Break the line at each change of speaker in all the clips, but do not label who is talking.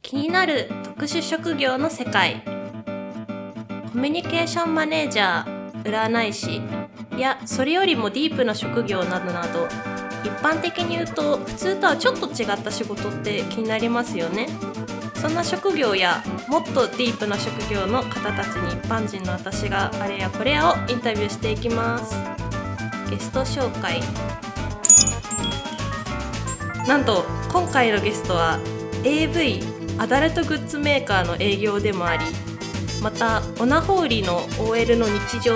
気になる特殊職業の世界コミュニケーションマネージャー占い師いやそれよりもディープな職業などなど一般的に言うと普通とはちょっと違った仕事って気になりますよねそんな職業やもっとディープな職業の方たちに一般人の私があれやこれやをインタビューしていきますゲスト紹介なんと今回のゲストは AV アダルトグッズメーカーの営業でもありまたオナホーリーの OL の日常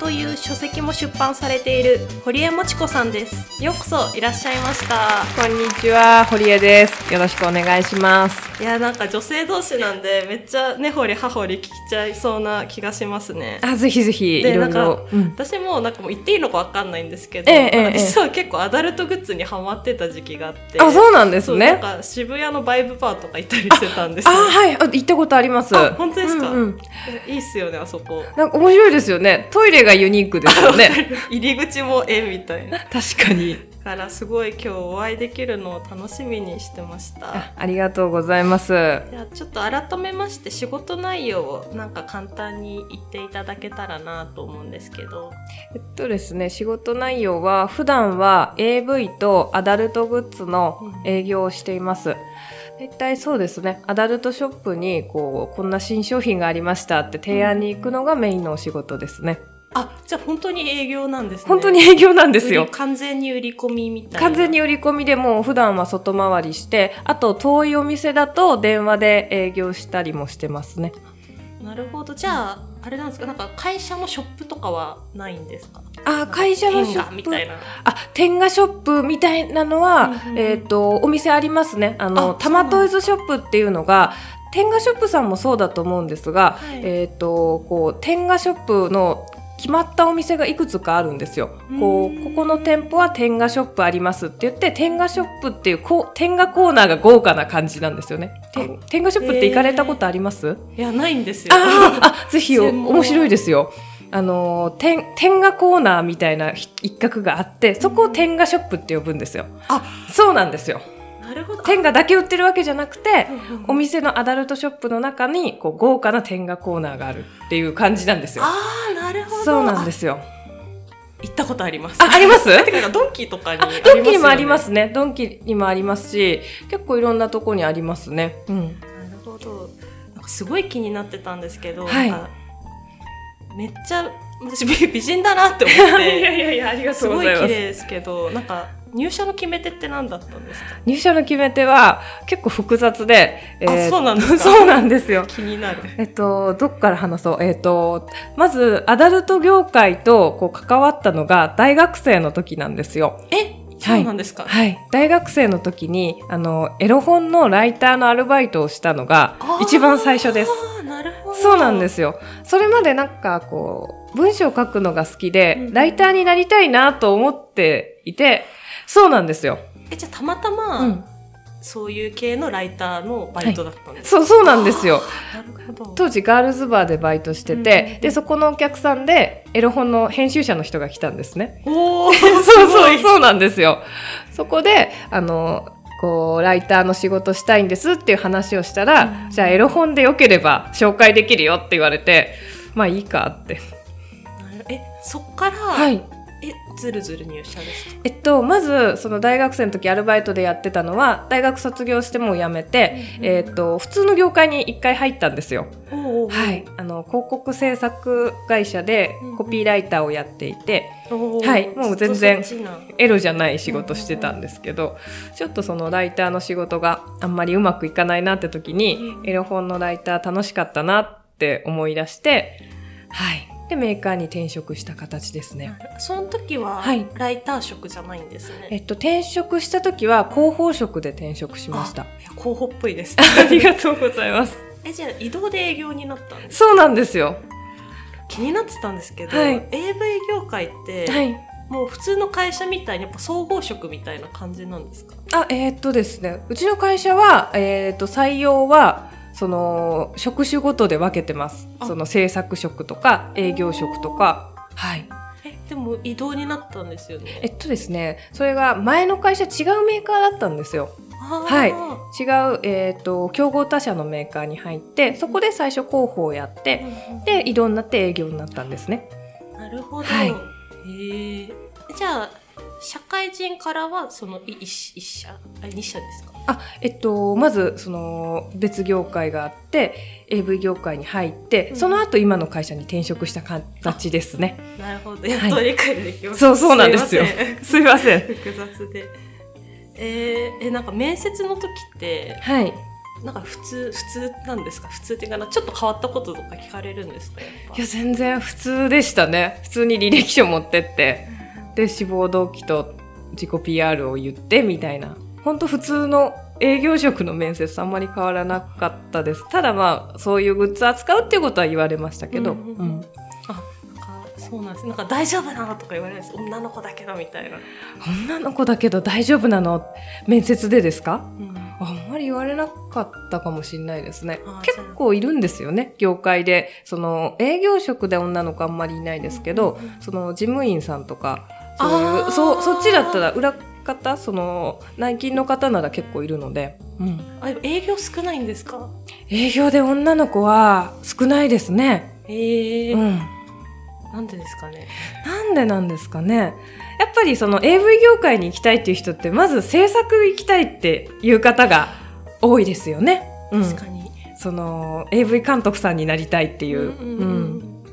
という書籍も出版されている堀江もちこさんですようこそいらっしゃいました
こんにちは、堀江です。よろしくお願いします。
いやなんか女性同士なんでめっちゃ根掘り葉掘り聞きちゃいそうな気がしますね
あ、ぜひぜひ、い
で
ろい
なんか
ろ。うん
私もなんかもう言っていいのかわかんないんですけど、
ええええ
なんか実は結構アダルトグッズにハマってた時期があって
あ、そうなんで
そ
す
うなん
ね。
か渋谷のバイブパーとか行ったりしてたんです
あ、
よ
はい、あ行ったことあります。
あ本当ですか
うんうん
いいっすよねあそこ
なんか面白いですよね。トイレがユニークですよね。
入り口も絵みたいなだ
確かに。
からすごい今日お会いできるのを楽しみにしてました
あありがとうございます。
じゃあちょっと改めまして仕事内容をなんか簡単に言っていただけたらなと思うんですけど
えっとですね、仕事内容は、普段は AV とアダルトグッズの営業をしています。大体そうですね、アダルトショップに、こう、こんな新商品がありましたって提案に行くのがメインのお仕事ですね。
あじゃあ本当に営業なんですね
本当に営業なんです
売
よ
り。完全に売り込みみたいな
完全に売り込みでもう普段は外回りして、あと遠いお店だと電話で営業したりもしてますね。
なるほどじゃああれなんですかなんか会社のショップとかはないんですか
あ、会社のショ
変化
ッ
み
プ。
たいな
あ、天下ショップみたいなのは
うんうんう、ん
えっと、お店ありますね。あ
あ
の、タマトイズショップっていうのが、天下ショップさんもそうだと思うんですが、
はい
えっと、こう、天下ショップの決まったお店がいくつかあるんですよ。こ
うん
う、ここの店舗は天下ショップありますって言って、天下ショップっていう、こう、天下コーナーが豪華な感じなんですよね。て
あ
天下ショップって行かれたことあります、
いやないんですよ
あーあ、ぜひお
専門は
面白いですよ。あのー天天下コーナーみたいなひ一角があって、そこを天下ショップって呼ぶんですよ。
あ、
そうなんですよ。
なるほど
天下だけ売ってるわけじゃなくて、お
お店
店のアダルトショップの中にこう豪華な天下コーナーがあるっていう感じなんですよ。
ああなるほど
そうなんですすよ。
行ったことあります
あ、あります？
てかドンキとかに
あドンキにもありま
よ
すね。ドンキにもありますし、結構いろんなとこにありますね。うん。
ねなるほどなんかすごい気になってたんですけど、
はい
なんかめっちゃ私美美人だなって思っ て
いやいやありが
すごい綺麗ですけどなんか入社の決め手って何だったんですか
入社の決め手は結構複雑で、
あ
ー
そうなんですか
そうなんですよ。
気になる
えっと、どっから話そう。えっと、まず、アダルト業界とこう関わったのが大学生の時なんですよ。
えそうなんですか、
はい。大学生の時に、あの、エロ本のライターのアルバイトをしたのが
あー
一番最初です。。
なるほど。。
そうなんですすよ。それまでなんかこう、文章を書くのが好きで、
うん
ライターになりたいなと思っていて、そうなんですよ。
え、じゃあたまたま、
うん。
そういう系のライターのバイトだったんです
そう、そうなんですよ。
か、なるほど。
当時ガールズバーでバイトして
うん
て、
うん
でそこのお客さんでエロ本の編集者の人が来たんです ね。
おー、
そう
すご
そ。
いう
そうなんですよ。そこであのこうライターの仕事したいんですっていう話をしたら、
うん
じゃあエロ本でよければ紹介できるよって言われてまあいいかって。
なるえ、そっから、
はい。
え、ずるずる入社ですか
えっとまずその大学生の時アルバイトでやってたのは大学卒業してもう辞めて、えっ、と普通の業界に一回入ったんですよ。
おー
はい、あの広告制作会社で
うんうん
コピーライターをやっていて、
おー
はいもう全然
ずっとそっちな
エロじゃない仕事してたんですけどちょっとそのライターの仕事があんまりうまくいかないなって時に、
うん
エロ本のライター楽しかったなって思い出して、はい、でメーカーに転職した形ですね。
その時は、
はい
ライター職じゃないんですね。
えっと、転職した時は広報職で転職しました。
いや候補っぽいです。
あ りがとうございます。
え、じゃあ移動で営業になったんです
そうなんですよ。
気になってたんですけど、
はい
AV 業界って、
はい。
もう普通の会社みたいにやっぱ総合職みたいな感じなんですか
あ、えーっとですね、うちの会社は、えーっと、採用は、その、職種ごとで分けてます
あ。
その、制作職とか、営業職とか。はい。
えでも移動になったんですよね
えっとですね、それが前の会社違うメーカーだったんですよ。はい違う、えー、と競合他社のメーカーに入ってそこで最初広報をやって
で、
で異動になって営業になったんですね。
なるほど。
はい
へえ。じゃあ社会人からはそのい一一社あ二社ですか。
あえっと、まずその別業界があって AV 業界に入って、
うん
その後今の会社に転職した形ですね。
なるほど。やっと理解できました。
そうそうなんですよ
いません
すいません。
複雑で。えー、えなんか面接の時って
はい、
なんか普通普通なんですか普通っていうかなちょっと変わったこととか聞かれるんですかやっぱ
いや全然普通でしたね普通に履歴書持ってってで志望動機と自己 PR を言ってみたいなほんと普通の営業職の面接とあんまり変わらなかったですただまあそういうグッズ扱うっていうことは言われましたけど、
うんうんう
うん
な
ん
んかそうなんですなんか大丈夫なのとか言われるんです女の子だけどみたいな、
女の子だけど大丈夫なの面接でですか
うん
あんまり言われなかったかもしれないですね
あー。
結構いるんですよね、業界で。その、営業職で女の子あんまりいないですけど、その、事務員さんとか、そうい
あー
う、そう、そっちだったら、裏方、その、内勤の方なら結構いるので、うん。
あでも営業少ないんですか
営業で女の子は少ないですね。
ええ
うん。
なんでですかね
なんでなんですかね。やっぱりその AV 業界に行きたいっていう人って、まず制作行きたいっていう方が多いですよね。うん
確かに、
その AV 監督さんになりたいっていう、
うんうん
うん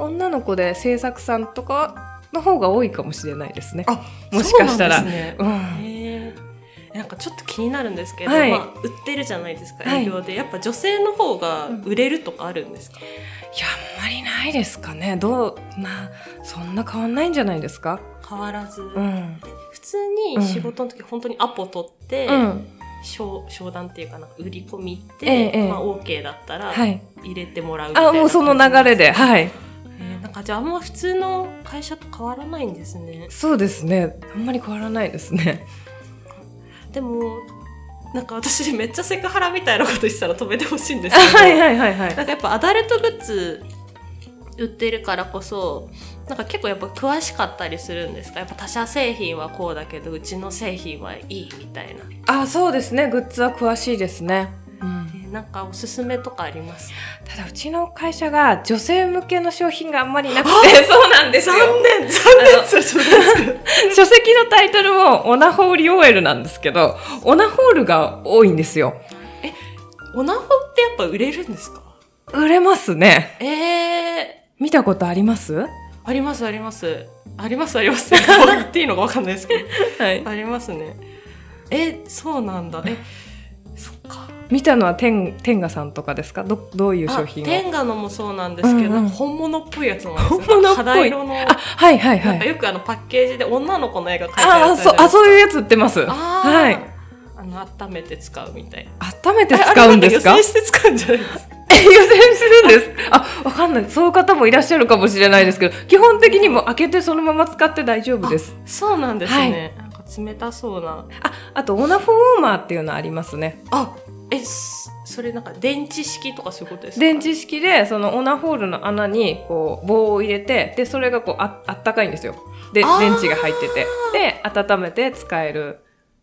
女の子で制作さんとかの方が多いかもしれないですね。
あ
もしかしたら
そうなんですね
うん
へえなんかちょっと気になるんですけど、
はい
まあ、売ってるじゃないですか
はい
営業で、やっぱ女性の方が売れるとかあるんですか、
いやあんまりないですかねどうなそんな変わんないんじゃないですか、
変わらず、
うん
普通に仕事の時本当にアポ取って、
うん
商商談っていうかなんか売り込み行って、
ええええ
まあ、OK だったら
は
入
い、
れてもらうみたいな
あもうその流れではい
感じなんですね、なんかじゃああんま普通の会社と変わらないんですね
そうですねあんまり変わらないですね。
でもなんか私めっちゃセクハラみたいなことしたら止めてほしいんですけど
はいはいはいはい
なんかやっぱアダルトグッズ売ってるからこそなんか結構やっぱ詳しかったりするんですかやっぱ他社製品はこうだけどうちの製品はいいみたいな、
あそうですねグッズは詳しいですね。う
え
ん
ーなんかおすすめとかあります
ただうちの会社が女性向けの商品があんまりなくて そうなんですよ
念
あの書籍のタイトルもオナホーリオエルなんですけど、オナホールが多いんですよ。
オナホってやっぱ売れるんですか
売れますね。
ええ
見たことありますは
ー、ありますありますありますありますもう言っていいのかわかんないですけど
い。
ありますねえそうなんだえそっか
見たのは天、天ガさんとかですかど、どういう
あ
商品を
天下のもそうなんですけど、
うんうん
なんか本物っぽいやつもあるんですよ
本物っぽい
肌色の
あ、はいはいは
なんか
い。
よくあのパッケージで女の子の絵が描いてある
あ、
や
あ
つ
そう、あ、
う
そういうやつ売ってます。温
あー、
はい
あの温めて使うみたいな
めて使うんですか
あれなん
え
予、選して使うんじゃないですか
湯煎するんです。あ、わかんない。そういう方もいらっしゃるかもしれないですけど、基本的にもう開けてそのまま使って大丈夫です。
そうなんですね、なんか冷たそうな
あ、あと、オナフォーウォーマーっていうのありますね。
あえそそれなんか電池式とかそういうことですか
電池式でそのオナホールの穴にこう棒を入れてでそれがこうああったかいんですよで
あー
電池が入っててで温めて使える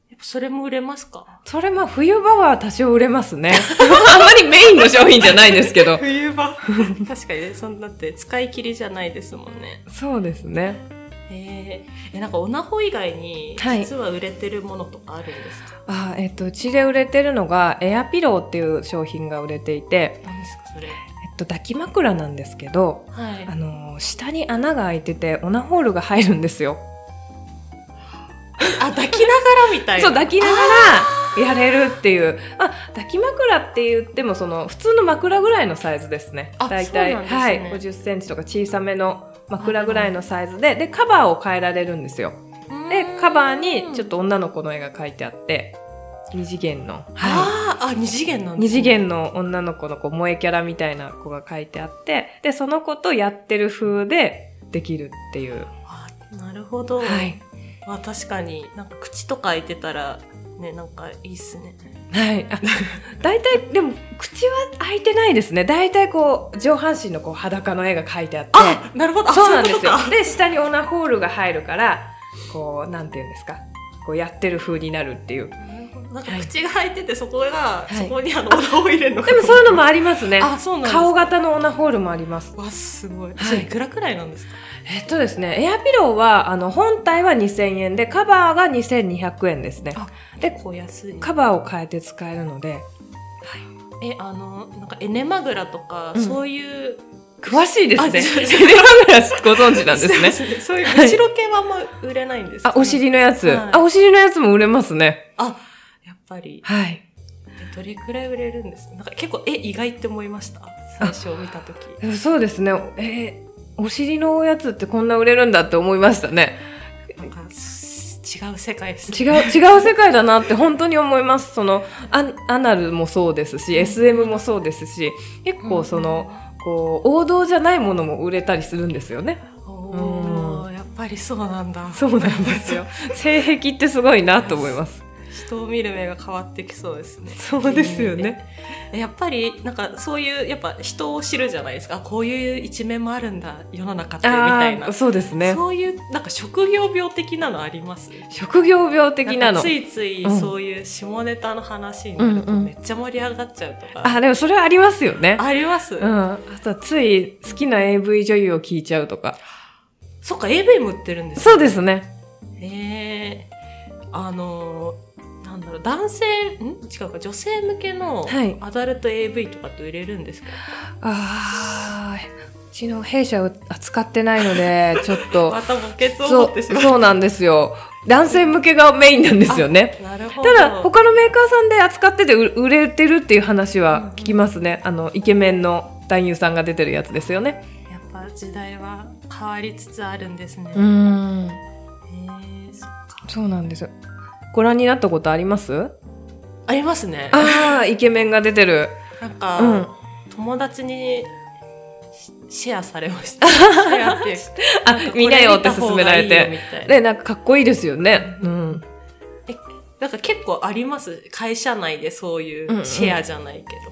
やっぱそれも売れますか
それまあ冬場は多少売れますね あまりメインの商品じゃないんですけど
冬場 確かにねそんなって使い切りじゃないですもんね
そうですね
えー、えなんかオナホ以外に
はい
実は売れてるものとかあるんですか、
あえっとうちで売れてるのがエアピローっていう商品が売れていて、
何ですかそれ
えっと、抱き枕なんですけど
はい
あの下に穴が開いててオナホールが入るんですよ
あ抱きながらみたいな
そう抱きながらやれるっていうあ抱き枕って言ってもその普通の枕ぐらいのサイズですね
あ
大
そう
体、
なんですね
はい5 0ンチとか小さめの枕ぐらいのサイズででカバーを変えられるんですよでカバーにちょっ
と、
と女の子の絵が描いてあって二次元の、は、
あーあ二次元ないんで
二
すね
次元の女の子のこう萌えキャラみたいな子が描いてあってでその子とやってる風でできるっていう、
あなるほど、
はい
まあ、確かになんか口とか開いてたらねなんかいいっすね
はい。あ大体、でも、口は開いてないですね。大体こう、上半身のこう裸の絵が描いてあって。
あなるほどあ
そうなんです
い
よ
こ。とか
で、下にオナホールが入るから、こう、なんていうんですか。こう、やってる風になるっていう。
なるほどなんか口が開いててそこが、
はい
そこにあのお縄を入れるのか
で
と思
もそういうのもありますね。
あそうなんですか
顔型のオナホールもあります。
わすごい、
はい
それいくらくらいなんですか
えっとですね、エアピローは、あの、本体は2000円で、カバーが2200円ですね。
あ
で
こう安い
カバーを変えて使えるので、
えあのなんかエネマグラとか、
うん
そういう
詳しいですね。
あ そう
エネマグラスご存知なんですね。
すいません そういう後ろ系はあんま売れないんですか
あ、お尻のやつ、
はい
あ、お尻のやつも売れますね。
あやっぱり
はい。
えどれくらい売れるんですかなんか結構え意外って思いました最初見た時
そうですね。えーお尻のやつってこんな売れるんだって思いましたね。
なんかす違う世界です
違う、違う世界だなって本当に思います。その、アンアナルもそうですし、SM もそうですし、結構その、こう、王道じゃないものも売れたりするんですよね。
おーやっぱりそうなんだ
そうなんですよ。性癖ってすごいなと思います。
人を見る目が変わってきそうですね
そうですよね。
えやっぱりなんかそういうやっぱ人を知るじゃないですかあこういう一面もあるんだ世の中ってみたいな
あーそうですね。
そういうなんか職業病的なのあります
職業病的な
なんか
の
つ。いつい
うん
そういう下ネタの話になると
うんうん
めっちゃ盛り上がっちゃうとか、
あ、でもそれはありますよね。
あります、
うん。あとはつい好きな AV 女優を聞いちゃうとか。
そっか AV も売ってるんです
そうですね。
えー、あのーなんだろう男性ん違うか女性向けの
はい
アダルト AV とかって売れるんですか、
ああ、うちの弊社を扱ってないので、ちょっと。
また墓穴を
そ
掘っ
う、
てしまう
そうなんですよ。男性向けがメインなんですよね。
なるほ
た
ど
だ、他のメーカーさんで扱ってて売売れてるっていう話は聞きますね。あの、イケメンの男優さんが出てるやつですよね。
やっぱ時代は変わりつつあるんですね、
ん。
えーそっか
そうなんですよ。ご覧になったことあります
ありますね
あ あ、イケメンが出てる。
なんか、
うん。
友達にシシェアされました シェアっていう
あ、見なよって勧められ
これ見た方がいいよ
て。
みたいな
で、なんかかっこいいですよね。うん。
えなんか結構あります会社内でそうい
んう
うんシェアじゃないけど、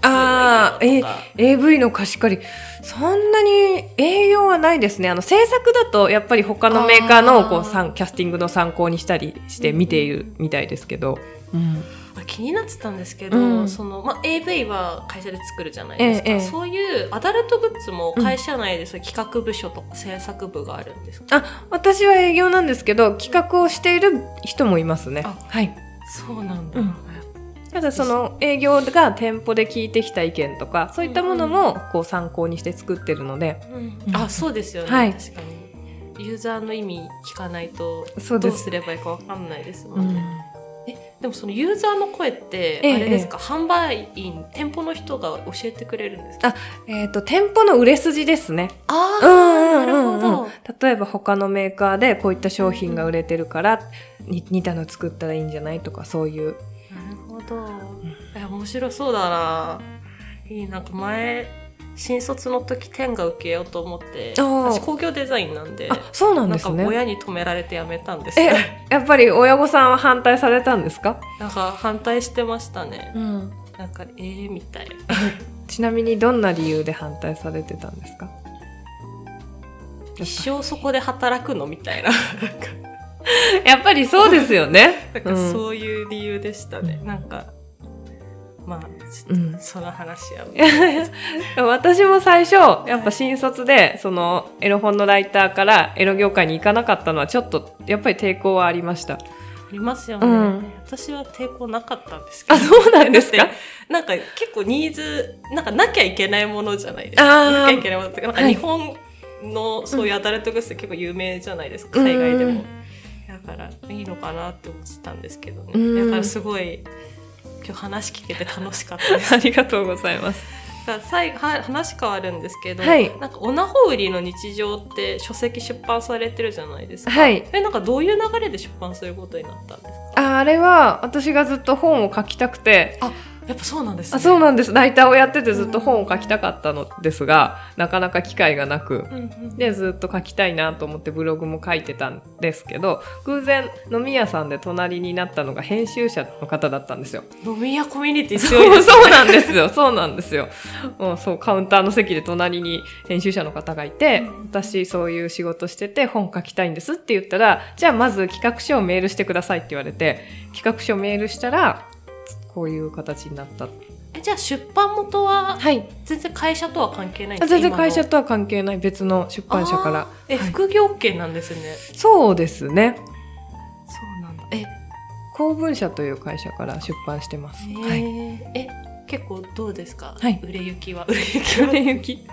こ
あー
ういうのとか
AV の貸し借り、そんなに営業はないですね。あの、制作だと、やっぱり他のメーカー
あ
の、
ー
こう、さんキャスティングの参考にしたりして見ているみたいですけど。うん。
あ気になってたんですけど、
うん
そのまあ、AV は会社で作るじゃないですか、
ええええ
そういうアダルトグッズも会社内でそういう企画部署とか制作部があるんですか、
あ、私は営業なんですけど、企画をしている人もいますね。
あ
はい。
そうなんだ、
うんただ、その、営業が店舗で聞いてきた意見とか、そういったものも、こう、参考にして作ってるので、
うん
うん
あそうですよね、
はい
確かにユーザーの意味聞かないと
そう
ど
で
う
す。
すればいいかわかんないですも
うん
ね、
ん。
でもそのユーザーの声ってあ
ええ
れですか、販売員店舗の人が教えてくれるんですか
えっと、店舗の売れ筋ですね。
あ
うん
な
う
る
んうんうん
ほど
例えば他のメーカーでこういった商品が売れてるから、に似たの作ったらいいんじゃないとかそうい
な
う
るほどいや面白そうだないいなんか前新卒の時天が受けようと思って
あー
私工業デザインなんで
あそうなん
な
で
んか
すね
親に止められて辞めたんですよ
えやっぱり親御さんは反対されたんですか、
なんか反対してましたね
うん、
なんかええみたいな
ちなみにどんな理由で反対されてたんですか
一生そこで働くのみたいななんか
やっぱ りそうですよね
なんかそういう理由でしたね、なんかまあちょっと
うん
その話は、
私も最初やっぱ新卒でそのエロ本のライターからエロ業界に行かなかったのはちょっとやっぱり抵抗は ありました
ありますよね、
うん
私は抵抗なかったんですけど
あそうなんです
だ
か
って なんか結構ニーズなんかなきゃいけないものじゃないですかな
あ
きゃ
ー
いけないものっていうかなんか
はい
日本のそういうアダルトグッズって結構有名じゃないですか、海外で
うん
もだからいいのかなって思ってたんですけどね、
うん
だからすごい今日話聞けて楽しかった です
ありがとうございます
さあ最後は話変わるんですけど、
はい
なんかオナホ売りの日常って書籍出版されてるじゃないですか。
はい
えなんかどういう流れで出版することになったんですか。
ああれは私がずっと本を書きたくて
やっぱそうなんです、ね。
あそう
な
なんですライターをやっててずっと本を書きたかったのですがなかなか機会がなく
んうん。
でずっと書きたいなと思ってブログも書いてたんですけど偶然飲み屋さんで隣になったのが編集者の方だったんですよ。
飲み屋コミュニティ
そ
強いで
う
す。
そうなんです よそうなんですよ。うん、そうカウンターの席で隣に編集者の方がいて
うん
私そういう仕事してて本書きたいんですって言ったらじゃあまず企画書をメールしてくださいって言われて企画書をメールしたらこういう形になった。
えじゃあ出版元は
はい。
全然会社とは関係ないんで
あ
すか
全然会社
今の
とは関係ない別の出版社から。
え、
はい
副業系なんですね
そうですね。
そうなんだえ、
公文社という会社から出版してます。はい。
え結構どうですか、
はい
売れ行きは売れ行き
売れ行き。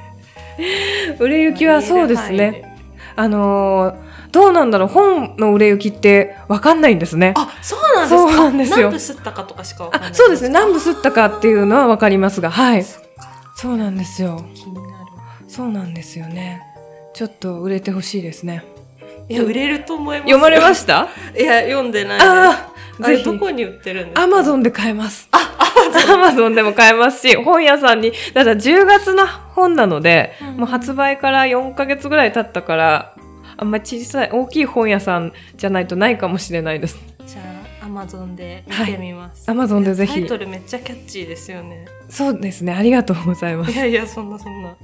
売れ行きはそうです
言える範囲
ね。あのーどうなんだろう本の売れ行きってわかんないんですね。
あそうなんですか
そうなんです
何
よ
部吸ったかとかしかわかんない
あそうですね。何部吸ったかっていうのはわかりますが、はい。
そっか
そうなんですよ。
気になる
そうなんですよね。ちょっと売れてほしいですね。
いや売れると思います
読まれました？
いや読んでないです
ああ、
あれ
ぜひ。
どこに売ってるんですか
アマゾンで買えます。あ、アマゾンでも買えますし、本屋さんに、ただ10月の本なので、
うん
もう発売から4ヶ月ぐらい経ったから、あんまり小さい、大きい本屋さんじゃないとないかもしれないです。
じゃあアマゾンで見てみます、
アマゾンでぜ
タイ
ひ
ト。ルめっちゃキャッチーですよ ね
そうですね、ありがとうございま
い
す。
やいやそんなそんな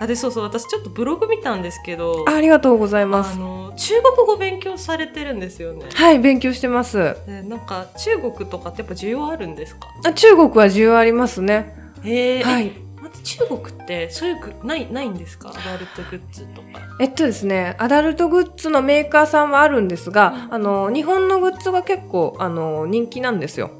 あでそうそう私ちょっとブログ見たんですけど
あありがとうございま
あ
す。
の中国語勉強されてるんですよね
はい、勉強してます。
でなんか中国とかってやっぱ需要あるんですか
あ中国は需要ありますね。
へえ、
はい。
え待って中国ってそういうグないないんですかアダルトグッズとか
えっとですね、アダルトグッズのメーカーさんはあるんですが、
うん
あの、日本のグッズが結構、あの、人気なんですよ。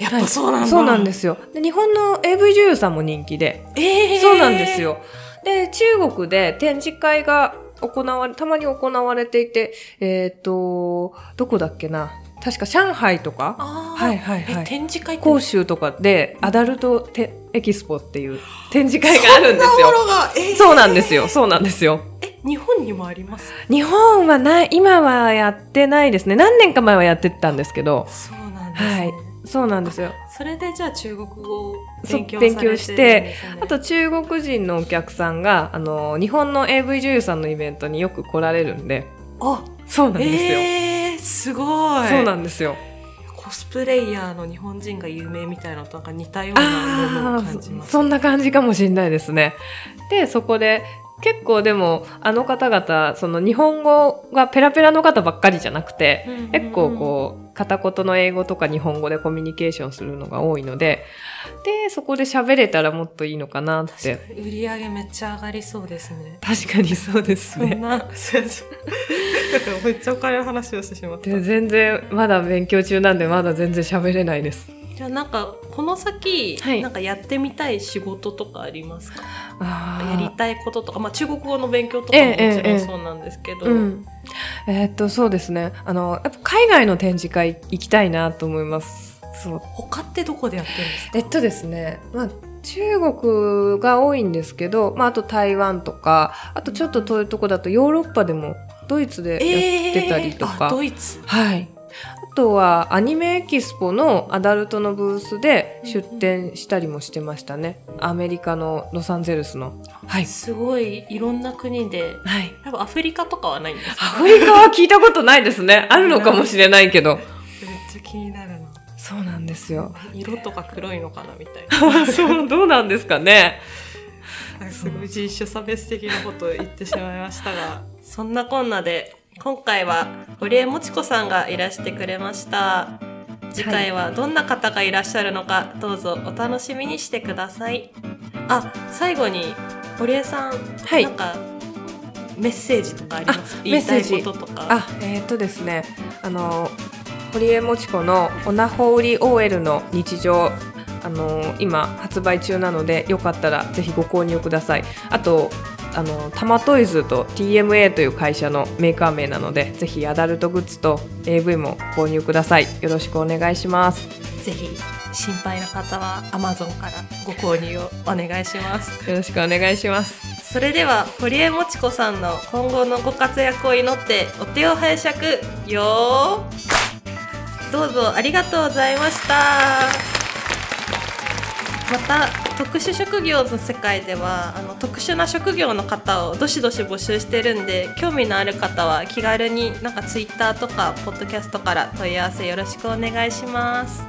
やっぱそうなんだ、
そうなんですすよ。で、日本の AV 女優さんも人気で、
ええ
そうなんですよ。で、中国で展示会が行われ、たまに行われていて、えっ、と、どこだっけな確か上海とか、
ああ、
はいはいは
え
い。
展示会って
広州とかでアダルトてエキスポっていう展示会があるんです
そんな
よ。
ものがえー
そうなんですよ。そうなんですよ。
え日本にもあります
日本はない、今はやってないですね。何年か前はやってたんですけど。
そうなんです、ね、
はい。そうなんですよ。
それでじゃあ中国語を
そう
勉強
勉
され
強
て
して
るんですね
あと中国人のお客さんがあの日本の AV 女優さんのイベントによく来られるんで
あ
そうなんですよ、
えー、すごい
そうなんですよ
コスプレイヤーの日本人が有名みたいなのとなんか似たようなもの
あ
を
あ
感じ
ー
ま
そ
す
そんな感じかもしれないですねでそこで結構でもあの方々その日本語がペラペラの方ばっかりじゃなくて結構こう片言の英語とか日本語でコミュニケーションするのが多いのででそこで喋れたらもっといいのかなって
うん、売り上げめっちゃ上がりそうです ね
確かにそうです
そ
ね
んななんかめっちゃお金の話をしてしまった
で全然まだ勉強中なんでまだ全然喋れないです
じゃあなんかこの先、
はい
なんかやってみたい仕事とかありますかやり
あ
たいこととか、まあ、中国語の勉強とかももち
ええ
ろ
ええ
んそうなんですけど、
うんえーっとそうですねあのやっぱ海外の展示会行きたいなと思いますそう
他ってどこでやってるんですか
えっとですねまあ中国が多いんですけど、まあ、あと台湾とかあとちょっと遠いとこだとヨーロッパでもドイツでやってたりと
えーあ
か、
ドイツ
はい。あとはアニメエキスポのアダルトのブースで出展したりもしてましたね。アメリカのロサンゼルスの。はい。
すごいいろんな国で
はい。
多分アフリカとかはないんです
ア
か
フリカは聞いたことないですね。あるのかもしれないけど。
めっちゃ気になるな
そうなんですよ。
色とか黒いのかなみたい
そう、どうなんですかね。
なすごい人種差別的なことを言ってしまいましたがそんなこんなで今回は堀江もちこさんがいらしてくれました次回はどんな方がいらっしゃるのかどうぞお楽しみにしてくださいあ最後に堀江さん、
はい
なんかメッセージとかあります
あ
言いた
メッセ
い
ージ
こととか
あ、えっ、とですね。あの、堀江もちこのオナホウリ OL の日常。あの今発売中なのでよかったらぜひご購入くださいあとあのタマトイズと TMA という会社のメーカー名なのでぜひアダルトグッズと AV も購入くださいよろしくお願いします
ぜひ心配な方は Amazon からご購入をお願いします。
よろしくお願いします
それでは堀江もちこさんの今後のご活躍を祈ってお手を拝借よーどうぞありがとうございましたまた特殊職業の世界ではあの特殊な職業の方をどしどし募集してるんで興味のある方は気軽になんか Twitter とかポッドキャストから問い合わせよろしくお願いします